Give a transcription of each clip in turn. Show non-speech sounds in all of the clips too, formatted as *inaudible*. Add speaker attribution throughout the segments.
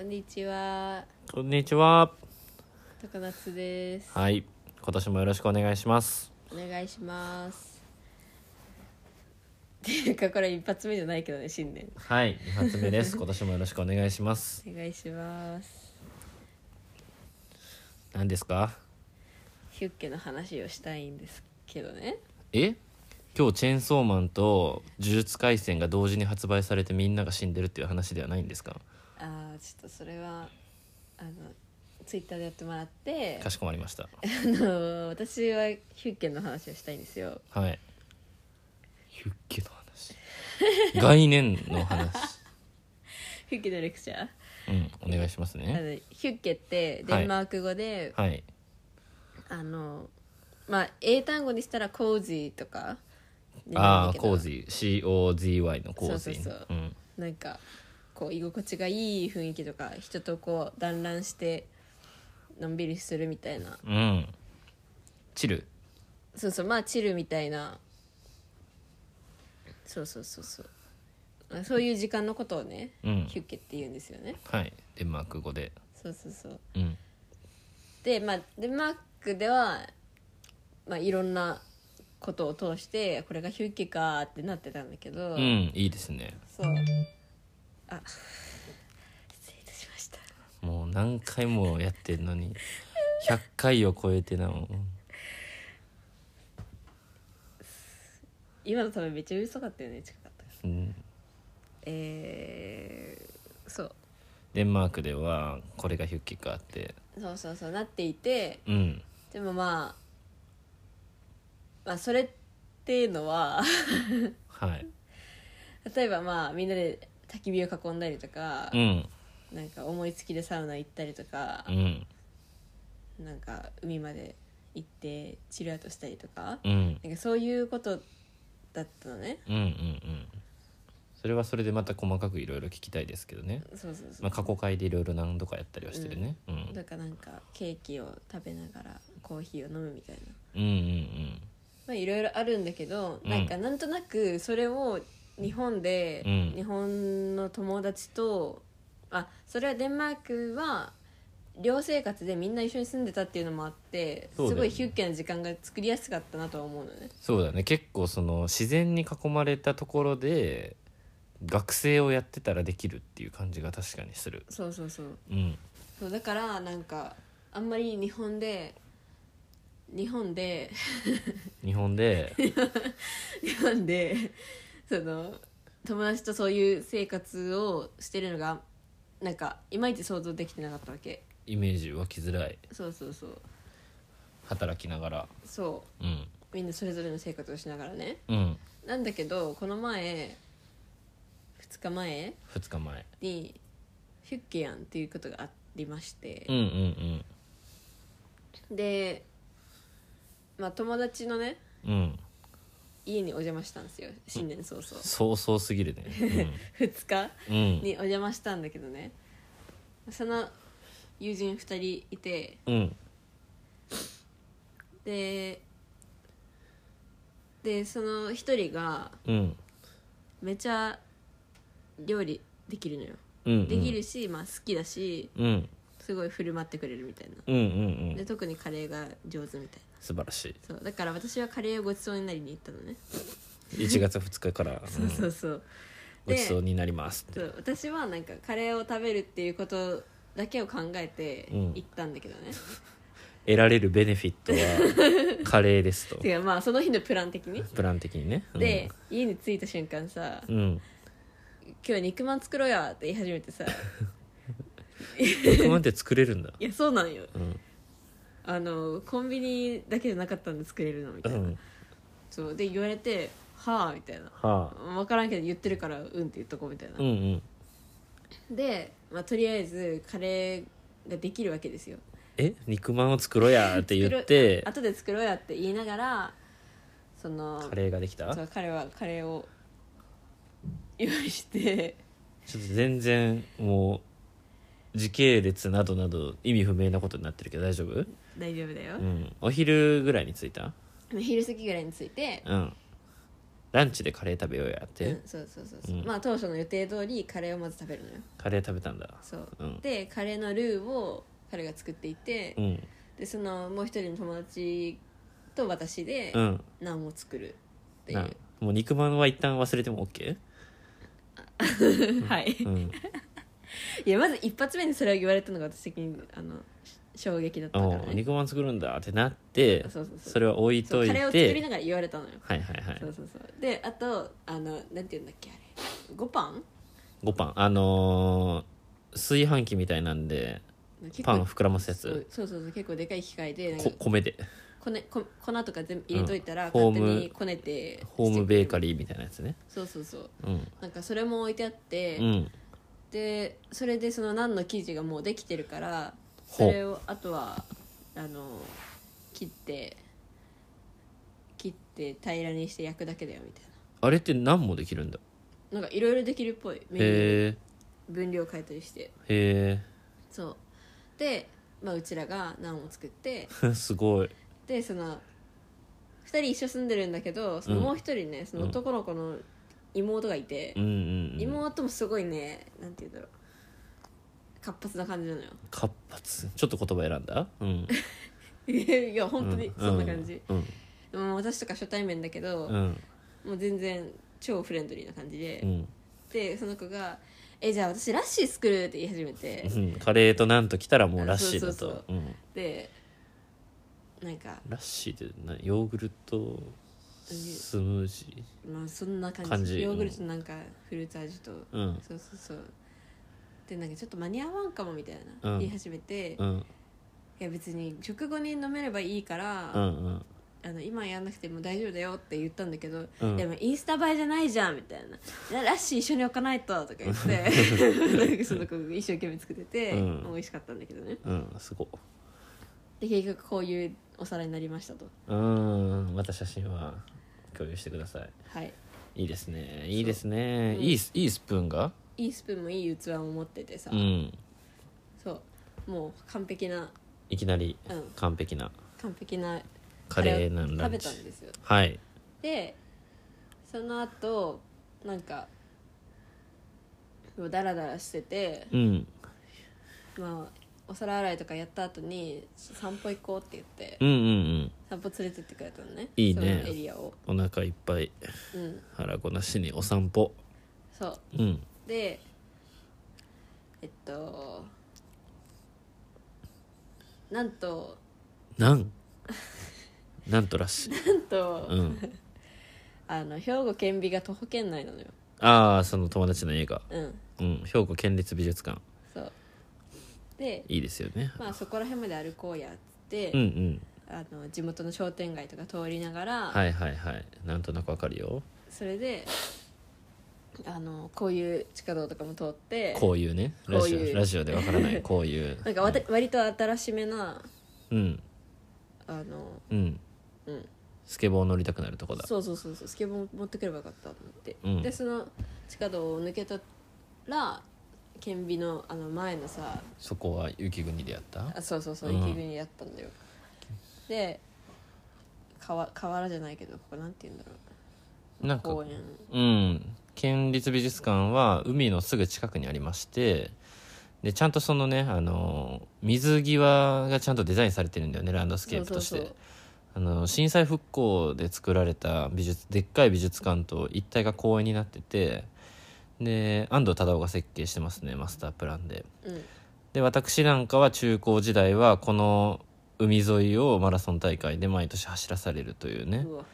Speaker 1: んにちは
Speaker 2: こんにちは。
Speaker 1: 高夏です
Speaker 2: はい。今年もよろしくお願いします。
Speaker 1: お願いしますっていうかこれ一発目じゃないけどね新年
Speaker 2: はい。二発目 *laughs* です。今年もよろしくお願いします。
Speaker 1: お願いします
Speaker 2: 何ですか
Speaker 1: ヒュッケの話をしたいんですけどね
Speaker 2: え今日チェーンソーマンと呪術廻戦が同時に発売されてみんなが死んでるっていう話ではないんですか
Speaker 1: ああちょっとそれはあのツイッターでやってもらって
Speaker 2: かしこまりました。
Speaker 1: あの私はヒュッケの話をしたいんですよ
Speaker 2: はい。ヒュッケの *laughs* 話。概念の話。
Speaker 1: ヒュッケのレクチャー
Speaker 2: うん。お願いします
Speaker 1: あ
Speaker 2: ね。
Speaker 1: のヒュッケってデンマーク語で、
Speaker 2: はい。
Speaker 1: あのまあ英単語にしたらコージーとかになる
Speaker 2: あ
Speaker 1: んだ
Speaker 2: あ、
Speaker 1: け
Speaker 2: コ
Speaker 1: ど
Speaker 2: ージー。COZY のコージーね。
Speaker 1: そうそうそう
Speaker 2: うん。
Speaker 1: なんかこう居心地がいい雰囲気とか人とこう団らんしてのんびりするみたいな
Speaker 2: うん。チル。
Speaker 1: そうそうまあチルみたいなそうそうそうそうあそういう時間のことをね、
Speaker 2: うん
Speaker 1: ヒュッケって言うんですよね
Speaker 2: はい。デンマーク語で。
Speaker 1: そうそうそう
Speaker 2: うん。
Speaker 1: でまあデンマークでは、まあ、いろんなことを通してこれがヒュッケかーってなってたんだけど、
Speaker 2: うん、いいですね。
Speaker 1: そうあ失礼いたしました
Speaker 2: もう何回もやってんのに100回を超えてなも
Speaker 1: 今のためめっちゃうるさかったよね近かったから
Speaker 2: う、うん、
Speaker 1: えーそう
Speaker 2: デンマークではこれがヒュッキかって
Speaker 1: そうそうそうなっていて
Speaker 2: うん
Speaker 1: でもまあまあそれっていうのは *laughs*
Speaker 2: はい
Speaker 1: 例えばまあみんなで焚き火を囲んだりとか
Speaker 2: う、ん
Speaker 1: なんか思いつきでサウナ行ったりとか
Speaker 2: う、ん
Speaker 1: なんか海まで行ってチルアウトしたりとか、
Speaker 2: うんうん
Speaker 1: なんかそういうことだったのね
Speaker 2: うんうんそれはそれでまた細かくいろいろ聞きたいですけどね、
Speaker 1: そうそうそう、
Speaker 2: まあ、過去会でいろいろ何度かやったりはしてるねうん、うん
Speaker 1: だからなんかケーキを食べながらコーヒーを飲むみたいな
Speaker 2: うんうん
Speaker 1: まあいろいろあるんだけど、
Speaker 2: うん
Speaker 1: なんかなんとなくそれを日本で、
Speaker 2: うん
Speaker 1: 日本の友達とあそれはデンマークは寮生活でみんな一緒に住んでたっていうのもあって、
Speaker 2: そうだ
Speaker 1: す
Speaker 2: よ
Speaker 1: ご
Speaker 2: ね
Speaker 1: いヒュッケの時間が作りやすかったなとは思うのね
Speaker 2: そうだね結構その自然に囲まれたところで学生をやってたらできるっていう感じが確かにする
Speaker 1: そうそうそう
Speaker 2: うん
Speaker 1: そうだからなんかあんまり日本で日本で *laughs*
Speaker 2: 日本で
Speaker 1: 日本でその友達とそういう生活をしてるのがなんかいまいち想像できてなかったわけ
Speaker 2: イメージ湧きづらい
Speaker 1: そうそうそう
Speaker 2: 働きながら
Speaker 1: そ
Speaker 2: うん
Speaker 1: うみんなそれぞれの生活をしながらね
Speaker 2: うん
Speaker 1: なんだけどこの前2日前
Speaker 2: 2日前
Speaker 1: にヒュッケやんっていうことがありまして
Speaker 2: うん、うんうん
Speaker 1: で、まあ、友達のね
Speaker 2: うん
Speaker 1: 家にお邪魔したんですよ新年早々、
Speaker 2: そうそうすぎるね
Speaker 1: 2
Speaker 2: うん、うん
Speaker 1: 日にお邪魔したんだけどねその友人2人いて
Speaker 2: うん
Speaker 1: ででその1人が
Speaker 2: うん
Speaker 1: めちゃ料理できるのよ
Speaker 2: うん
Speaker 1: できるし、まあ、好きだし
Speaker 2: うん
Speaker 1: すごい振る舞ってくれるみたいな
Speaker 2: うんうんう
Speaker 1: で
Speaker 2: ん
Speaker 1: 特にカレーが上手みたい
Speaker 2: 素晴らし
Speaker 1: なそうだから私はカレーをごちそうになりに行ったのね、
Speaker 2: い1月2日から、う
Speaker 1: *laughs*
Speaker 2: ん
Speaker 1: そうそうそう
Speaker 2: ごちそう
Speaker 1: で
Speaker 2: になりますって
Speaker 1: そう私はなんかカレーを食べるっていうことだけを考えて
Speaker 2: うん
Speaker 1: 行ったんだけどね、
Speaker 2: 得られるベネフィット
Speaker 1: *laughs*
Speaker 2: はカレーですと
Speaker 1: てかまあその日のプラン的に
Speaker 2: プラン的にねうん
Speaker 1: で、家に着いた瞬間さ「
Speaker 2: う
Speaker 1: 今
Speaker 2: ん
Speaker 1: 日は肉まん作ろうや」って言い始めて
Speaker 2: *laughs*
Speaker 1: さい
Speaker 2: 肉まんって作れるんだ
Speaker 1: やそうなんよ
Speaker 2: うん
Speaker 1: あのコンビニだけじゃなかったんで作れるのみ
Speaker 2: う
Speaker 1: たいな、
Speaker 2: ん
Speaker 1: そうで言われて「はあ」みたいな
Speaker 2: はあ
Speaker 1: 分からんけど言ってるから「うん」って言っとこうみたいな
Speaker 2: う、んうん
Speaker 1: で、まあ、とりあえずカレーができるわけですよ
Speaker 2: え肉まんを作ろうやって言って
Speaker 1: 作ろ後で作ろうやって言いながらその
Speaker 2: カレーができた
Speaker 1: そう彼はカレーを用意して
Speaker 2: ちょっと全然もう時系列などなど意味不明なことになってるけど大丈夫、
Speaker 1: 大丈夫だよ
Speaker 2: う、ん、お昼ぐらいに着いた
Speaker 1: 昼過ぎぐらいに着いて
Speaker 2: うんランチでカレー食べようや
Speaker 1: う
Speaker 2: って
Speaker 1: ん、そうそうそうそう、
Speaker 2: うん
Speaker 1: まあ当初の予定通りカレーをまず食べるのよ
Speaker 2: カレー食べたんだ
Speaker 1: そう、
Speaker 2: うん
Speaker 1: でカレーのルーを彼が作っていて、
Speaker 2: うん
Speaker 1: でそのもう一人の友達と私で
Speaker 2: うん
Speaker 1: ナンを作るっていう、
Speaker 2: なもう肉まんは一旦忘れても OK?
Speaker 1: *laughs* はい、
Speaker 2: う
Speaker 1: い
Speaker 2: ん
Speaker 1: やまず一発目にそれを言われたのが私的にあの衝撃だったから、
Speaker 2: お
Speaker 1: ね、
Speaker 2: 肉まん作るんだってなって
Speaker 1: そうそうそう
Speaker 2: それは置い
Speaker 1: そ
Speaker 2: と
Speaker 1: う
Speaker 2: い
Speaker 1: カ
Speaker 2: て
Speaker 1: レーを作りながら言われたのよ、
Speaker 2: はいはいはい
Speaker 1: そうそうそうであとあのなんて言うんだっけあれごパン
Speaker 2: ごパンあのー炊飯器みたいなんで
Speaker 1: 結構
Speaker 2: パン膨らますや
Speaker 1: そう
Speaker 2: つ
Speaker 1: そうそうそう結構でかい機械でなんか
Speaker 2: こ米で
Speaker 1: こねこ粉とか全部入れといたら
Speaker 2: うんホー
Speaker 1: 勝
Speaker 2: ム
Speaker 1: 手にこねて
Speaker 2: ホームベーカ
Speaker 1: リー
Speaker 2: リーみたいなやつね
Speaker 1: そうそうそう
Speaker 2: うん
Speaker 1: なんかそれも置いてあって、
Speaker 2: うん
Speaker 1: でそれでそのナンの生地がもうできてるからそ
Speaker 2: ほう
Speaker 1: れをあとはあの切って切って平らにして焼くだけだよみたい
Speaker 2: あれって何もできるんだ
Speaker 1: ななんかいろいろできるっぽいメニュー
Speaker 2: へ
Speaker 1: 分量変えたりして
Speaker 2: えへ
Speaker 1: そうで、まあ、うちらがナンを作って
Speaker 2: え *laughs* すごい
Speaker 1: でその2人一緒住んでるんだけどその
Speaker 2: うん
Speaker 1: もう1人ね、その男の子の妹がいて
Speaker 2: う、んうんうん
Speaker 1: 妹もすごいねなんて言うんだろう活発な感じなのよ
Speaker 2: 活発ちょっと言葉選んだうん
Speaker 1: *laughs* いや本当に
Speaker 2: う
Speaker 1: そんな感じ、
Speaker 2: うん
Speaker 1: でも私とか初対面だけど、
Speaker 2: うん
Speaker 1: もう全然超フレンドリーな感じで、
Speaker 2: うん
Speaker 1: でその子が「えじゃあ私ラッシー作る」って言い始めて、
Speaker 2: うんカレーとなんときたらもうラッシー
Speaker 1: そ
Speaker 2: だ
Speaker 1: うそう
Speaker 2: と
Speaker 1: そ
Speaker 2: うん
Speaker 1: でなんか、
Speaker 2: ラッシーって何ヨーグルトスムージ
Speaker 1: まあ、そんな感じ
Speaker 2: 感じ
Speaker 1: ヨーグルトなんかフルーツ味と、
Speaker 2: ーうん
Speaker 1: そうそうそうでなんかちょっと間に合わんかもみたいな、
Speaker 2: うん
Speaker 1: 言い始めて、
Speaker 2: う
Speaker 1: い
Speaker 2: ん
Speaker 1: や別に食後に飲めればいいから、
Speaker 2: うんうん
Speaker 1: あの今やんなくても大丈夫だよって言ったんだけど、
Speaker 2: うん
Speaker 1: でもインスタ映えじゃないじゃんみたいな「ラッシー一緒に置かないと」とか言って
Speaker 2: *laughs*
Speaker 1: なんかその子が一生懸命作ってて、
Speaker 2: うん
Speaker 1: 美味しかったんだけどね
Speaker 2: うんすごい
Speaker 1: で結局こういうお皿になりましたと
Speaker 2: うんまた写真は共有してください
Speaker 1: はい
Speaker 2: いいですねいいですね、
Speaker 1: うん
Speaker 2: いいスいいスプーンが
Speaker 1: いいスプーンもいい器も持っててさ、
Speaker 2: うん
Speaker 1: そうもう完璧ない
Speaker 2: きなり
Speaker 1: うん
Speaker 2: 完璧な
Speaker 1: 完璧な
Speaker 2: カレーのラ
Speaker 1: 食
Speaker 2: ン
Speaker 1: べ
Speaker 2: チ
Speaker 1: たんですよ
Speaker 2: はい
Speaker 1: でその後なんかもうダラダラしてて、
Speaker 2: うん
Speaker 1: まあお皿洗いとかやった後に散歩行こうって言って
Speaker 2: うんうん
Speaker 1: 散歩連れてってくれたのね
Speaker 2: いいね
Speaker 1: そのエリアを
Speaker 2: うんお腹いっぱい
Speaker 1: うん
Speaker 2: 腹ごなしにお散歩
Speaker 1: そう
Speaker 2: うん
Speaker 1: でえっとなんと
Speaker 2: なん *laughs* なんとらしい
Speaker 1: なんと、
Speaker 2: うん
Speaker 1: あの兵庫県美が徒歩圏内なのよ
Speaker 2: ああその友達の映画
Speaker 1: うん
Speaker 2: うん兵庫県立美術館
Speaker 1: そうで
Speaker 2: いいですよね、
Speaker 1: まあそこら辺まで歩こうやっつって、
Speaker 2: うんうん
Speaker 1: あの地元の商店街とか通りながら、
Speaker 2: はいはいはいなんとなくわかるよ
Speaker 1: それであのこういう地下道とかも通って
Speaker 2: こういうねラジ
Speaker 1: こういう
Speaker 2: オラジオでわからないこうい
Speaker 1: *laughs*
Speaker 2: う
Speaker 1: なんかわた割と新しめな
Speaker 2: うん
Speaker 1: あの
Speaker 2: うん
Speaker 1: うん
Speaker 2: スケボー乗りたくなるとこだ
Speaker 1: そうそうそうそうスケボー持ってくればよかったと思って、
Speaker 2: うん
Speaker 1: でその地下道を抜けたら顕微のあの前のさ
Speaker 2: そこは雪国でやった
Speaker 1: あそうそうそう
Speaker 2: うん
Speaker 1: 雪国やったんだよ、で川河原じゃないけどここなんて言うんだろ
Speaker 2: なん
Speaker 1: う
Speaker 2: か
Speaker 1: 公園
Speaker 2: うん県立美術館は海のすぐ近くにありましてでちゃんとそのねあの水際がちゃんとデザインされてるんだよねランドスケープとし
Speaker 1: そ
Speaker 2: て
Speaker 1: うそうそう
Speaker 2: あの震災復興で作られた美術でっかい美術館と一体が公園になっててで安藤忠雄が設計してますねマスタープランで
Speaker 1: うん
Speaker 2: で私なんかは中高時代はこの海沿いをマラソン大会で毎年走らされるというね、
Speaker 1: うわ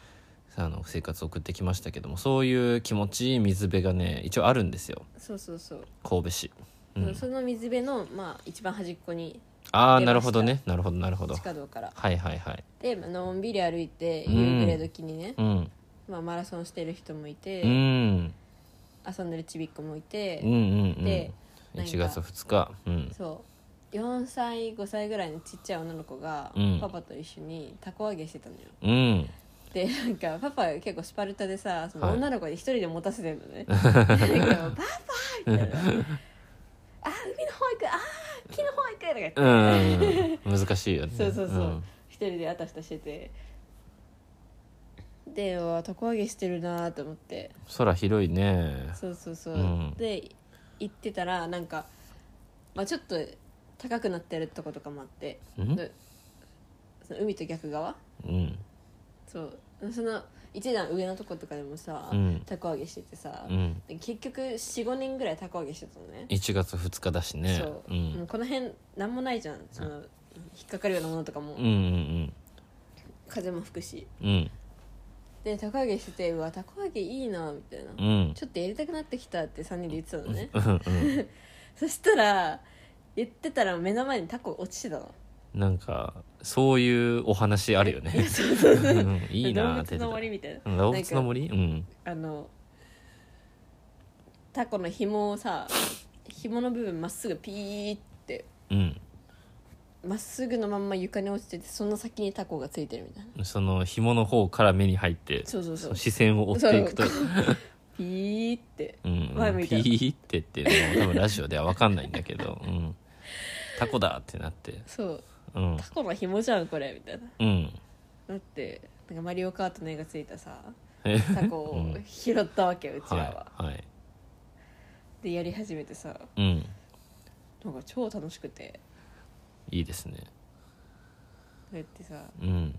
Speaker 2: あの生活を送ってきましたけどもそういう気持ちいい水辺がね一応あるんですよ
Speaker 1: そうそうそう、
Speaker 2: 神戸市、うん、
Speaker 1: その水辺の、まあ、一番端っこに
Speaker 2: ああ
Speaker 1: 出ました
Speaker 2: なるほどねなるほどなるほど
Speaker 1: 地下道から
Speaker 2: はいはいはい
Speaker 1: で、まあのんびり歩いて
Speaker 2: うん
Speaker 1: 夕暮れ時にね、
Speaker 2: うん
Speaker 1: まあ、マラソンしてる人もいて、
Speaker 2: うん
Speaker 1: 遊んでるちびっ子もいて、
Speaker 2: うんうんうん
Speaker 1: でなんか
Speaker 2: 1月2日うん
Speaker 1: そう4歳5歳ぐらいのちっちゃい女の子が、
Speaker 2: うん
Speaker 1: パパと一緒にたこ揚げしてたのよ
Speaker 2: うん
Speaker 1: でなんかパパ結構スパルタでさその
Speaker 2: はい
Speaker 1: 女の子に一人で持たせてるの
Speaker 2: *laughs*
Speaker 1: ね、なんかパパ!」みたいな「あ海の方行くあー木の方行く」とか言って
Speaker 2: うん
Speaker 1: *laughs*
Speaker 2: 難しいよね
Speaker 1: そうそうそう、
Speaker 2: ん
Speaker 1: 一人であたふたしててではたこ揚げしてるなと思って
Speaker 2: 空広いね
Speaker 1: そうそうそう、
Speaker 2: うん
Speaker 1: で行ってたらなんか、まあ、ちょっと高くなってるとことかもあって
Speaker 2: うん
Speaker 1: でその海と逆側
Speaker 2: うん
Speaker 1: そうその一段上のとことかでもさ、
Speaker 2: うん
Speaker 1: たこ揚げしててさ
Speaker 2: う、ん
Speaker 1: で結局45年ぐらいたこ揚げしてたのね
Speaker 2: 1月2日だしね
Speaker 1: そう、
Speaker 2: う
Speaker 1: もうんこの辺なんもないじゃんその引っかかるようなものとかも、
Speaker 2: うんうん
Speaker 1: 風も吹くし
Speaker 2: うんうん
Speaker 1: でたこ揚げしててうわたこ揚げいいなみたいな、
Speaker 2: うん
Speaker 1: ちょっとやりたくなってきたって3人で言ってたのね、
Speaker 2: うんうん
Speaker 1: *laughs* そしたら言ってたら目の前にタコ落ちてたの
Speaker 2: なんかそういうお話ある
Speaker 1: *laughs*
Speaker 2: よねうんいいな
Speaker 1: 動
Speaker 2: ーって
Speaker 1: 物の森みたいな
Speaker 2: うん動物の森うん
Speaker 1: あのタコの紐をさ紐の部分まっすぐピーって
Speaker 2: うん
Speaker 1: まっすぐのまんま床に落ちててその先にタコがついてるみたいな
Speaker 2: その紐の方から目に入って
Speaker 1: そうそう
Speaker 2: そ
Speaker 1: そう
Speaker 2: の視線を追っていくと
Speaker 1: そうピーって
Speaker 2: うん
Speaker 1: 前向い
Speaker 2: ピ
Speaker 1: たら
Speaker 2: ーってっていうのも多分ラジオでは分かんないんだけど、うん、タコだってなって
Speaker 1: そう
Speaker 2: うん
Speaker 1: タコの紐じゃんこれみたいな
Speaker 2: うん
Speaker 1: だってなんかマリオカートの絵がついたさ
Speaker 2: え
Speaker 1: タコを拾ったわけようちらは、
Speaker 2: はい、はい、
Speaker 1: でやり始めてさ
Speaker 2: うん
Speaker 1: なんか超楽しくて
Speaker 2: いいですね
Speaker 1: こうやってさ
Speaker 2: うん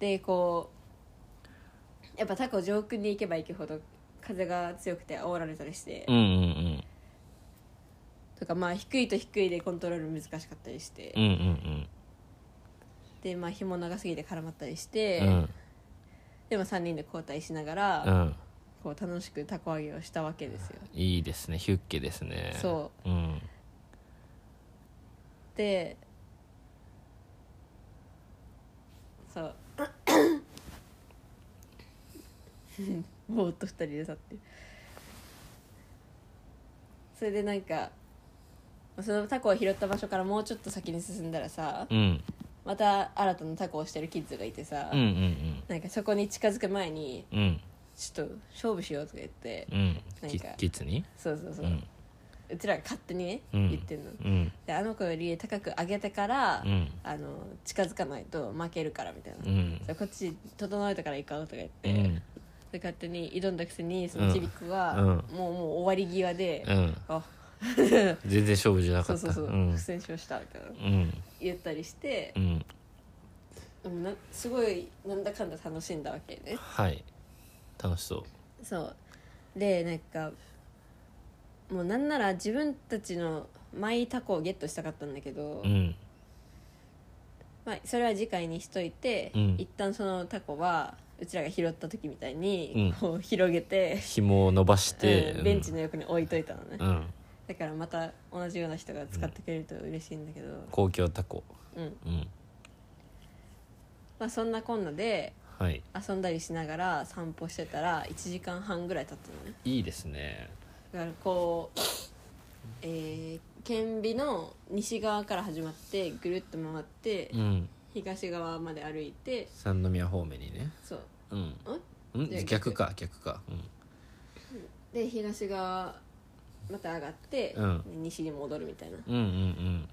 Speaker 1: でこうやっぱタコ上空に行けば行くほど風が強くて煽られたりして、
Speaker 2: うんうん
Speaker 1: とかまあ低いと低いでコントロール難しかったりして、
Speaker 2: うんうんうん
Speaker 1: でまあ紐長すぎて絡まったりし
Speaker 2: う
Speaker 1: て、
Speaker 2: んうん
Speaker 1: でも3人で交代しながら、
Speaker 2: うん
Speaker 1: こう楽しくタコ揚げをしたわけですよ
Speaker 2: いいですねヒュッケですね
Speaker 1: そう
Speaker 2: うん
Speaker 1: でそう *laughs* ぼーっと2人で去ってるそれでなんかそのタコを拾った場所からもうちょっと先に進んだらさ
Speaker 2: うん
Speaker 1: また新たなタコをしてるキッズがいてさ、
Speaker 2: うんうん
Speaker 1: なんかそこに近づく前に
Speaker 2: うんうん
Speaker 1: ちょっと勝負しようとか言って、
Speaker 2: う
Speaker 1: な
Speaker 2: ん
Speaker 1: んか
Speaker 2: キキッズに
Speaker 1: そうそうそうう、うんちらが勝手にね、
Speaker 2: うん
Speaker 1: 言ってんの
Speaker 2: うん
Speaker 1: であの子より高く上げてから、
Speaker 2: うん
Speaker 1: あの近づかないと負けるからみたいな、
Speaker 2: うん
Speaker 1: そうこっち整えたから行こうとか言っ
Speaker 2: う
Speaker 1: て、
Speaker 2: ん
Speaker 1: で勝手に挑んだくせにそのちびっ子が、
Speaker 2: うん
Speaker 1: もうもう終わり際で、
Speaker 2: うん
Speaker 1: あ
Speaker 2: 全然勝負じゃな
Speaker 1: そ
Speaker 2: か
Speaker 1: う
Speaker 2: っ
Speaker 1: そう
Speaker 2: た
Speaker 1: そう、
Speaker 2: ん
Speaker 1: 苦戦しましたみたいな
Speaker 2: うん
Speaker 1: 言ったりして
Speaker 2: う、ん
Speaker 1: でもなすごいなんだかんだ楽しんだわけね
Speaker 2: はい楽しそう
Speaker 1: そうでなんかもうなんなら自分たちのマイタコをゲットしたかったんだけど、
Speaker 2: うん
Speaker 1: まあ、それは次回にしといて、
Speaker 2: うん
Speaker 1: 一旦そのタコはうちらが拾った時みたいに
Speaker 2: うん
Speaker 1: こう広げて、
Speaker 2: 紐を伸ばして、
Speaker 1: うんベンチの横に置いといたのね、
Speaker 2: うん
Speaker 1: だからまた同じような人が使ってくれると嬉しいんだけど、
Speaker 2: 公共タコ
Speaker 1: うん
Speaker 2: うん
Speaker 1: まあ、そんなこんなで
Speaker 2: はい
Speaker 1: 遊んだりしながら散歩してたら1時間半ぐらい経ったのね
Speaker 2: いいですね
Speaker 1: だからこう、えー、顕微の西側から始まってぐるっと回って
Speaker 2: うん
Speaker 1: 東側まで歩いて
Speaker 2: 三宮方面にね
Speaker 1: そう
Speaker 2: うん
Speaker 1: ん
Speaker 2: うん
Speaker 1: じゃあ
Speaker 2: 逆か逆か
Speaker 1: で東側また上がって、
Speaker 2: うん
Speaker 1: 西に戻るみたいな
Speaker 2: うんうんうん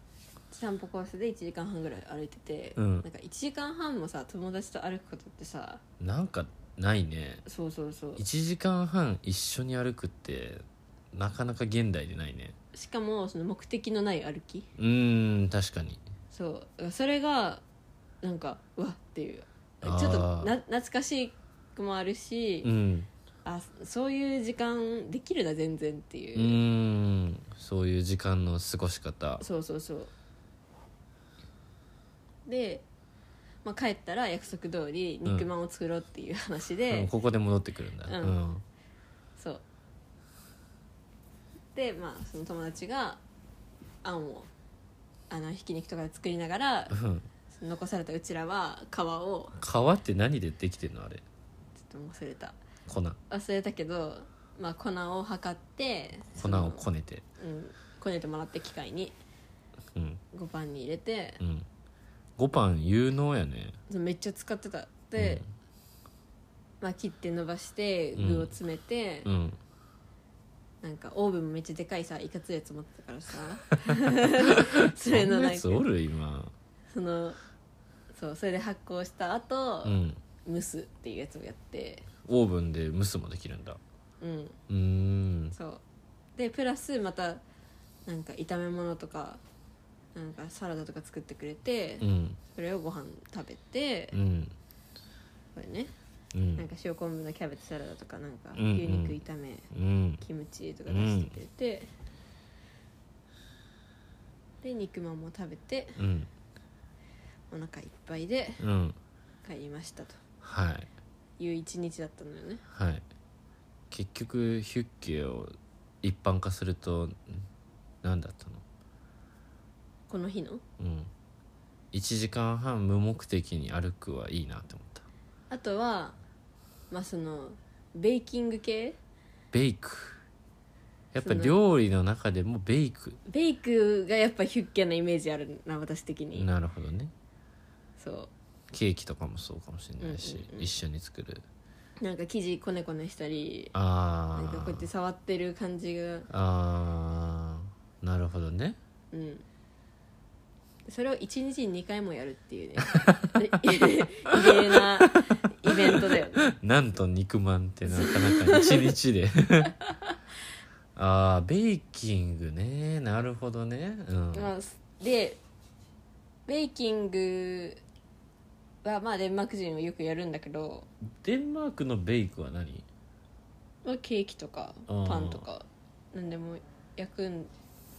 Speaker 1: 散歩コースで1時間半ぐらい歩いてて、
Speaker 2: うん
Speaker 1: なんか1時間半もさ友達と歩くことってさ
Speaker 2: うんなんかないね
Speaker 1: そうそうそう
Speaker 2: 1時間半一緒に歩くってなかなか現代でないね
Speaker 1: しかもその目的のない歩き
Speaker 2: うーん確かに
Speaker 1: そうだからそれがなんかうわっていうちょ
Speaker 2: あ
Speaker 1: っ
Speaker 2: ー
Speaker 1: とな懐かしくもあるし、
Speaker 2: うん
Speaker 1: あそういう時間できるな全然っていう
Speaker 2: ー
Speaker 1: う、
Speaker 2: んそういう時間の過ごし方
Speaker 1: そうそうそうで、まあ、帰ったら約束通り
Speaker 2: うん
Speaker 1: 肉まんを作ろうっていう話
Speaker 2: う
Speaker 1: で、
Speaker 2: んここで戻ってくるんだ
Speaker 1: うん
Speaker 2: うん
Speaker 1: そうでまあその友達があんをあのひき肉とかで作りながら
Speaker 2: うん
Speaker 1: 残されたうちらは皮を
Speaker 2: 皮って何でできてんのあれ
Speaker 1: ちょっと忘れた
Speaker 2: 粉
Speaker 1: 忘れたけど、まあ、粉を測ってそ
Speaker 2: 粉を
Speaker 1: の
Speaker 2: こねて
Speaker 1: うん、こねてもらった機械に
Speaker 2: うん
Speaker 1: ごパンに入れて
Speaker 2: うんごパン有能やね
Speaker 1: めっちゃ使ってたで、まあ、切って伸ばして
Speaker 2: うん
Speaker 1: 具を詰めて、
Speaker 2: うんうん
Speaker 1: なんかオーブンもめっちゃでかいさいかついやつ持
Speaker 2: *laughs*
Speaker 1: ってたからさそれの
Speaker 2: ん
Speaker 1: な
Speaker 2: なんや
Speaker 1: か
Speaker 2: つおる今
Speaker 1: そのそうそれで発酵した後、
Speaker 2: うん
Speaker 1: 蒸すっていうやつをやって
Speaker 2: オーブンで蒸すもできるんだ
Speaker 1: うん
Speaker 2: うーん
Speaker 1: そうでプラスまたなんか炒め物とかなんかサラダとか作ってくれて、
Speaker 2: うん
Speaker 1: それをご飯食べて、
Speaker 2: うん
Speaker 1: これね
Speaker 2: う
Speaker 1: なん
Speaker 2: ん
Speaker 1: か塩昆布のキャベツサラダとかなんか
Speaker 2: うん
Speaker 1: 牛
Speaker 2: うん
Speaker 1: 肉炒め、
Speaker 2: うん
Speaker 1: キムチとか出してくれて、で肉まんも食べて
Speaker 2: うん
Speaker 1: お腹いっぱいで
Speaker 2: うん
Speaker 1: 帰りましたと
Speaker 2: はい
Speaker 1: いう一日だったのよね
Speaker 2: はい結局ヒュッケを一般化すると何だったの
Speaker 1: この日の
Speaker 2: うん1時間半無目的に歩くはいいなって思った
Speaker 1: あとはまあそのベーキング系
Speaker 2: ベイクやっぱ
Speaker 1: その
Speaker 2: 料理の中でもベイク
Speaker 1: ベイクがやっぱヒュッケなイメージあるな私的に
Speaker 2: なるほどね
Speaker 1: そ
Speaker 2: ケーキとかもそうかもしれない
Speaker 1: う
Speaker 2: し、
Speaker 1: んうんうん
Speaker 2: 一緒に作る
Speaker 1: うなんか生地こねこねしたりなん
Speaker 2: あ
Speaker 1: かこうやって
Speaker 2: ー
Speaker 1: 触ってる感じが
Speaker 2: あーなるほどね
Speaker 1: うんそれを1日に2回もやるって
Speaker 2: *laughs*
Speaker 1: いうね *laughs* 異例なイベントだよね
Speaker 2: なんと肉まんってなかなか一日で *laughs* ああベイキングねなるほどねうん、
Speaker 1: まあ、でベイキングはまあデンマーク人はよくやるんだけど、
Speaker 2: デンマークのベイクは何
Speaker 1: まあ、ケーキとか
Speaker 2: うん
Speaker 1: パンとか何でも焼くん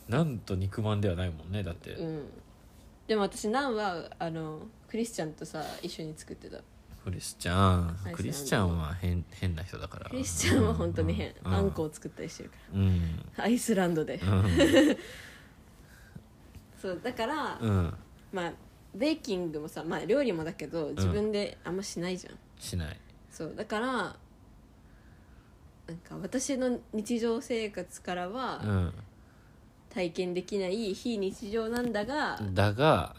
Speaker 2: なんと肉まんではないもんねだって、
Speaker 1: うんでも私ナンはあのクリスチャンとさ一緒に作ってた
Speaker 2: クリスチャン
Speaker 1: はい
Speaker 2: クリスチャンは変変な人だから
Speaker 1: クリスチャンは本当に変、
Speaker 2: うん
Speaker 1: あんこを作ったりしてるか
Speaker 2: うん
Speaker 1: らアイスランドで、
Speaker 2: うん
Speaker 1: そうだから、
Speaker 2: うん
Speaker 1: まあベーキングもさまあ料理もだけど自分であんましないじゃん、
Speaker 2: しない
Speaker 1: そうだからなんか私の日常生活からは、
Speaker 2: うん
Speaker 1: 体験できない非日常なんだが、
Speaker 2: だが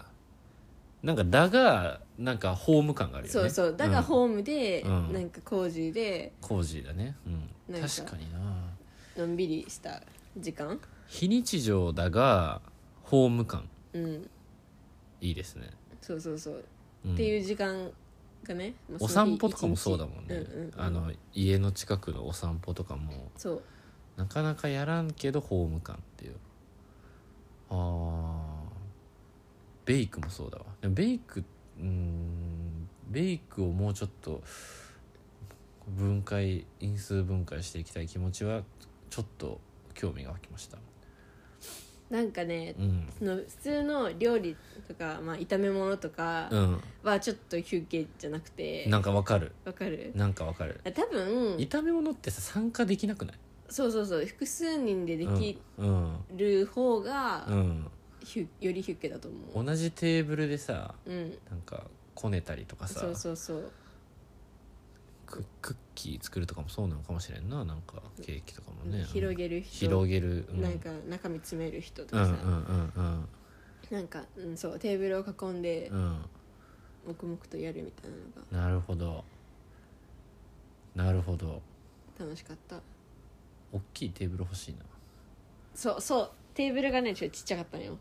Speaker 2: なんかだがなんかホーム感があるよね
Speaker 1: そうそうだが
Speaker 2: ーム、
Speaker 1: ホームで、
Speaker 2: うん
Speaker 1: なんか工事で
Speaker 2: コージーだね、うん、
Speaker 1: なんか
Speaker 2: 確かにな
Speaker 1: のんびりした時間
Speaker 2: 非日常だがホーム感
Speaker 1: うん
Speaker 2: いいですね、
Speaker 1: そうそうそう、
Speaker 2: うん
Speaker 1: っていう時間がね、まあ
Speaker 2: お
Speaker 1: その日
Speaker 2: 散歩とかもそうだもん
Speaker 1: 一日
Speaker 2: ね、
Speaker 1: うんうんうん
Speaker 2: あの家の近くのお散歩とかも
Speaker 1: そう
Speaker 2: なかなかやらんけどホーム感っていうあーベイクもそうだわでもベイクうーんベイクをもうちょっと分解因数分解していきたい気持ちはちょっと興味が湧きました
Speaker 1: なんかね、
Speaker 2: うん
Speaker 1: その普通の料理とか、まあ、炒め物とか
Speaker 2: うん
Speaker 1: はちょっと休憩じゃなくて
Speaker 2: なんかわかる
Speaker 1: わかる
Speaker 2: なんかわかる
Speaker 1: 多分
Speaker 2: 炒め物ってさ参加できなくない
Speaker 1: そうそうそう複数人ででき
Speaker 2: うん
Speaker 1: る方が、
Speaker 2: うん、
Speaker 1: ヒュよりヒュッケだと思
Speaker 2: う、
Speaker 1: うん
Speaker 2: 同じテーブルでさ
Speaker 1: うん
Speaker 2: なんかこねたりとかさ
Speaker 1: そうそうそう
Speaker 2: ククッキー作るとかもそうなのかもしれんななんかケーキとかもね
Speaker 1: 広げる人
Speaker 2: 広げる、う
Speaker 1: なんか中身詰める人と
Speaker 2: うんう
Speaker 1: かさ、
Speaker 2: んうんうん
Speaker 1: なんか、うん、そうテーブルを囲んで
Speaker 2: うん
Speaker 1: 黙々とやるみたいなのが
Speaker 2: なるほどなるほど
Speaker 1: 楽しかった
Speaker 2: 大きいテーブル欲しいな
Speaker 1: そうそうテーブルがねちょっとちっちゃかったのよ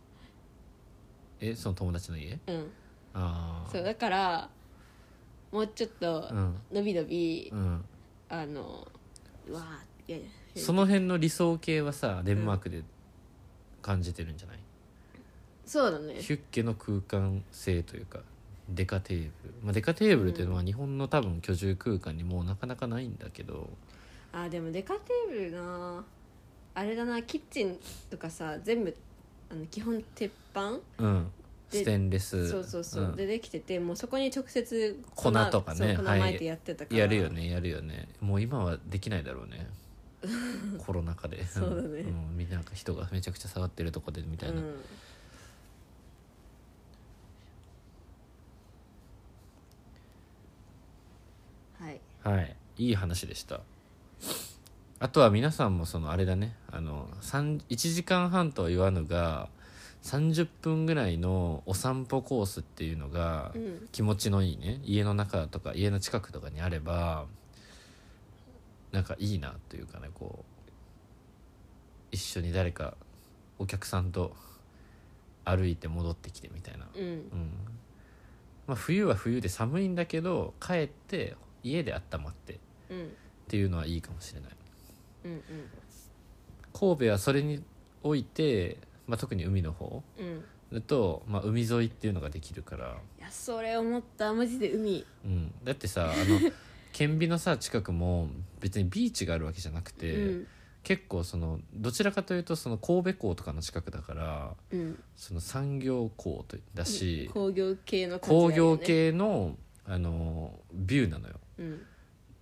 Speaker 2: えその友達の家
Speaker 1: うん
Speaker 2: ああ
Speaker 1: そうだからもうちょっと
Speaker 2: うん
Speaker 1: のびのび、
Speaker 2: うん
Speaker 1: あのうわあいやいや
Speaker 2: その辺の理想系はさデンマークで感じてるんじゃない、
Speaker 1: そうだね
Speaker 2: ヒュッケの空間性というかデカテーブル、まあ、デカテーブルっていうのは日本の多分居住空間にもうなかなかないんだけど
Speaker 1: あでもデカテーブルなあれだなキッチンとかさ全部あの基本鉄板
Speaker 2: うん
Speaker 1: で
Speaker 2: ステンレス
Speaker 1: そうそうそう、
Speaker 2: ん
Speaker 1: でできててもうそこに直接
Speaker 2: 粉とかね
Speaker 1: そう粉
Speaker 2: はい
Speaker 1: 巻いてやってたから、
Speaker 2: やるよねやるよねもう今はできないだろ
Speaker 1: *laughs*
Speaker 2: うねコロナ禍で
Speaker 1: そうだね
Speaker 2: ん、みんななんか人がめちゃくちゃ触ってるとこでみたいな、
Speaker 1: うんはい
Speaker 2: はいいい話でしたあとは皆さんもそのあれだねあの3 1時間半とは言わぬが30分ぐらいのお散歩コースっていうのが
Speaker 1: うん
Speaker 2: 気持ちのいいね家の中とか家の近くとかにあればなんかいいなというかねこう一緒に誰かお客さんと歩いて戻ってきてみたいな、
Speaker 1: うん
Speaker 2: うん、まあ、冬は冬で寒いんだけど帰って家で温まってっ
Speaker 1: うん
Speaker 2: ていうのはいいかもしれない
Speaker 1: うん
Speaker 2: 神戸はそれにおいて、まあ、特に海の方
Speaker 1: うんうん
Speaker 2: だと、まあ、海沿いっていうのができるから、
Speaker 1: いやそれ思ったマジで海
Speaker 2: うん、だってさあの顕微のさ近くも別にビーチがあるわけじゃなくて、
Speaker 1: うん
Speaker 2: 結構そのどちらかというとその神戸港とかの近くだから
Speaker 1: うん
Speaker 2: その産業港とだし、
Speaker 1: 工業系の感じ
Speaker 2: 工
Speaker 1: だよ
Speaker 2: 業
Speaker 1: ね
Speaker 2: 系のあのビューなのよ
Speaker 1: うん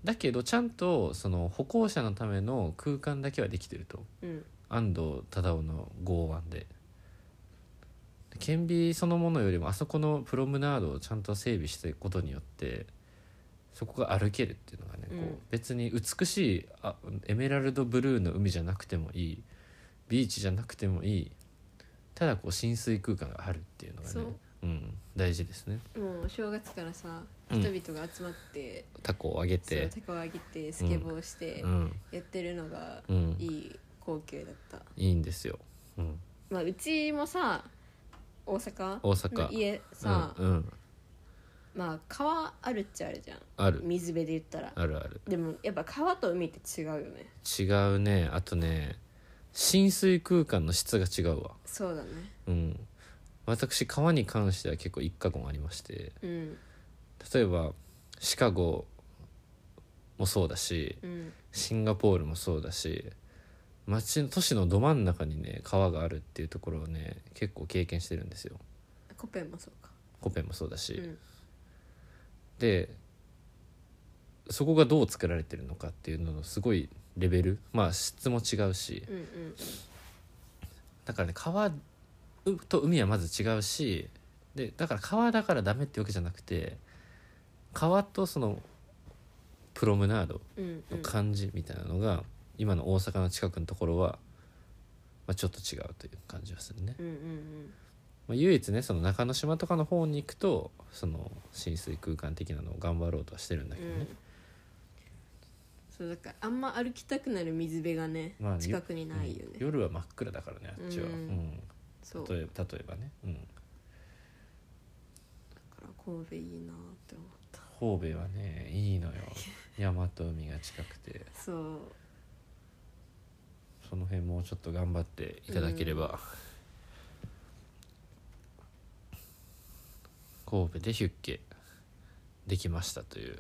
Speaker 2: だけどちゃんとその歩行者のための空間だけはできてると
Speaker 1: うん
Speaker 2: 安藤忠雄の剛腕で顕微そのものよりもあそこのプロムナードをちゃんと整備していくことによってそこが歩けるっていうのがね、こ
Speaker 1: う
Speaker 2: うん別に美しいあエメラルドブルーの海じゃなくてもいいビーチじゃなくてもいいただこう浸水空間があるっていうのがね、
Speaker 1: そう
Speaker 2: ん、大事ですね
Speaker 1: もう正月からさ
Speaker 2: うん
Speaker 1: 人々が集まって、
Speaker 2: タコをあげ
Speaker 1: そう
Speaker 2: て
Speaker 1: タコを上げてスケボーして
Speaker 2: うん
Speaker 1: やってるのが
Speaker 2: うん
Speaker 1: いい光景だった、
Speaker 2: いいんですよ、うん、
Speaker 1: まあうちもさ大阪
Speaker 2: 大阪
Speaker 1: の家さ、
Speaker 2: うんうん、
Speaker 1: まあ川あるっちゃあるじゃん
Speaker 2: ある
Speaker 1: 水辺で言ったら
Speaker 2: あるある
Speaker 1: でもやっぱ川と海って違うよね
Speaker 2: 違うねあとね浸水空間の質が違うわ
Speaker 1: そうだね
Speaker 2: うん私川に関しては結構一過言ありまして
Speaker 1: うん
Speaker 2: 例えばシカゴもそうだし
Speaker 1: うん
Speaker 2: シンガポールもそうだし町の都市のど真ん中にね川があるっていうところをね結構経験してるんですよ
Speaker 1: コペンもそうか
Speaker 2: コペンもそうだし、
Speaker 1: うん
Speaker 2: でそこがどう作られてるのかっていうののすごいレベルまあ質も違うし
Speaker 1: うんうん
Speaker 2: だからね川と海はまず違うしでだから川だからダメってわけじゃなくて川とそのプロムナード
Speaker 1: うんう
Speaker 2: の
Speaker 1: ん
Speaker 2: 感じみたいなのが今の大阪の近くのところは、まあ、ちょっと違うという感じはするね、
Speaker 1: うんうん
Speaker 2: まあ、唯一ねその中之島とかの方に行くとその浸水空間的なのを頑張ろうとはしてるんだ
Speaker 1: う
Speaker 2: け
Speaker 1: んう
Speaker 2: どね
Speaker 1: ん、そうだからあんま歩きたくなる水辺がね、
Speaker 2: まあよ
Speaker 1: 近くにないよね、
Speaker 2: うん夜は真っ暗だからねあっちは、
Speaker 1: うん
Speaker 2: うん
Speaker 1: そう
Speaker 2: 例
Speaker 1: だ
Speaker 2: えば例えばね、うん、
Speaker 1: から神戸いいなって思った
Speaker 2: 神戸はね
Speaker 1: *laughs*
Speaker 2: いいのよ山と海が近くて
Speaker 1: そう
Speaker 2: その辺もうちょっと頑張っていただければ、神戸でヒュッケできましたという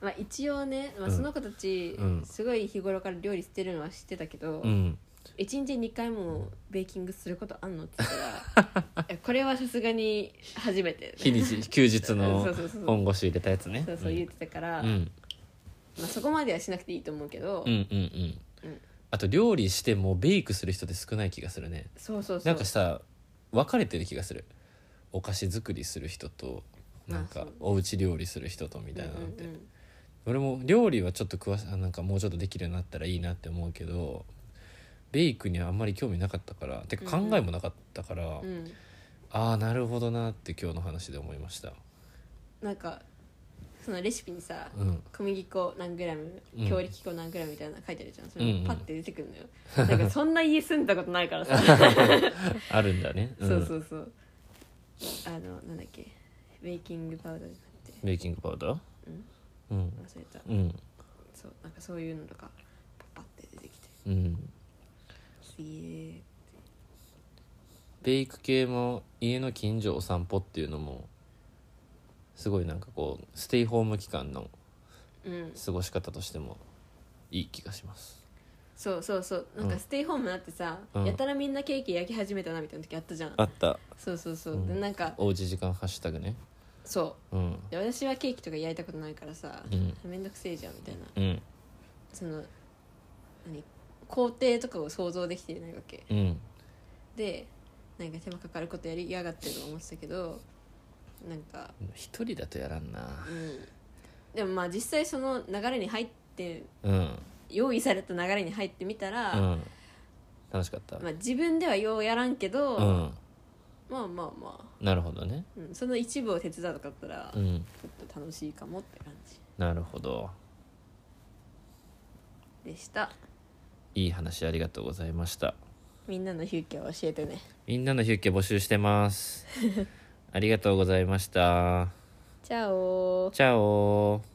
Speaker 1: まあ一応ね、まあ、
Speaker 2: うん
Speaker 1: その子たち、
Speaker 2: うん
Speaker 1: すごい日頃から料理してるのは知ってたけど、
Speaker 2: うん
Speaker 1: 一1日2回もベーキングすることあんのって言った
Speaker 2: *laughs*
Speaker 1: らいやこれはさすがに初めて、ね、
Speaker 2: 日に *laughs* ち休日の
Speaker 1: そうそうそう
Speaker 2: 本腰入れたやつね
Speaker 1: そうそう言ってたから、
Speaker 2: うんうん
Speaker 1: まあ、そこまではしなくていいと思うけど、
Speaker 2: うんうんうん
Speaker 1: うん
Speaker 2: あと料理してもベイクする人って少ない気がするね
Speaker 1: そうそうそう
Speaker 2: なんかさ分かれてる気がするお菓子作りする人とな
Speaker 1: あ
Speaker 2: ん
Speaker 1: そ
Speaker 2: か
Speaker 1: う
Speaker 2: おうち料理する人とみたいなのって、
Speaker 1: うんうんうん
Speaker 2: 俺も料理はちょっと詳しあなんかもうちょっとできるようになったらいいなって思うけどベイクにはあんまり興味なかったからてか
Speaker 1: うんう
Speaker 2: 考
Speaker 1: ん
Speaker 2: えもなかったから、
Speaker 1: うん、
Speaker 2: ああなるほどなって今日の話で思いました
Speaker 1: なんかそのレシピにさ、
Speaker 2: うん
Speaker 1: 小麦粉何グラム
Speaker 2: うん
Speaker 1: 強力粉何グラムみたいなの書いてあるじゃんそれ
Speaker 2: うんうん
Speaker 1: パッて出てくるのよ、なんかそんな家住んだことないからさ
Speaker 2: あるんだね、ん
Speaker 1: そうそうそうあのなんだっけベーキングパウダーじゃなくて
Speaker 2: ベーキングパウダーうん
Speaker 1: 忘れた
Speaker 2: うん
Speaker 1: そうなんかそういうのとかパッパって出てきて
Speaker 2: うん
Speaker 1: すげえ
Speaker 2: ベイク系も家の近所お散歩っていうのもすごいなんかこうステイホーム期間の
Speaker 1: うん
Speaker 2: 過ごし方としてもいい気がします
Speaker 1: そうそうそうなん
Speaker 2: う
Speaker 1: か
Speaker 2: ん
Speaker 1: ステイホームになってさ、
Speaker 2: うん
Speaker 1: やたらみんなケーキ焼き始めたなみたいな時あったじゃん
Speaker 2: あった
Speaker 1: そうそうそう、
Speaker 2: うん
Speaker 1: でなんか
Speaker 2: おうち時間ハッシュタグね
Speaker 1: そ
Speaker 2: うん
Speaker 1: うで私はケーキとか焼いたことないからさ、
Speaker 2: うん
Speaker 1: めんどくせえじゃんみたいな
Speaker 2: うん
Speaker 1: その何工程とかを想像できてないわけ
Speaker 2: うん
Speaker 1: でなんか手間かかることやりやがってると思ってたけどなんか
Speaker 2: 一人だとやらんな
Speaker 1: うんでもまあ実際その流れに入って
Speaker 2: うん
Speaker 1: 用意された流れに入ってみたら、
Speaker 2: うん楽しかった
Speaker 1: まあ、自分ではようやらんけど、
Speaker 2: うん
Speaker 1: まあまあまあ、
Speaker 2: なるほどね
Speaker 1: うん、その一部を手伝うとかだったら、
Speaker 2: う
Speaker 1: ち
Speaker 2: ん
Speaker 1: ょっと楽しいかもって感じ
Speaker 2: なるほど
Speaker 1: でした
Speaker 2: いい話ありがとうございました
Speaker 1: みんなのヒューケを教えてね
Speaker 2: みんなのヒュッケ募集してます。ありがとうございました
Speaker 1: チャオ
Speaker 2: チャオ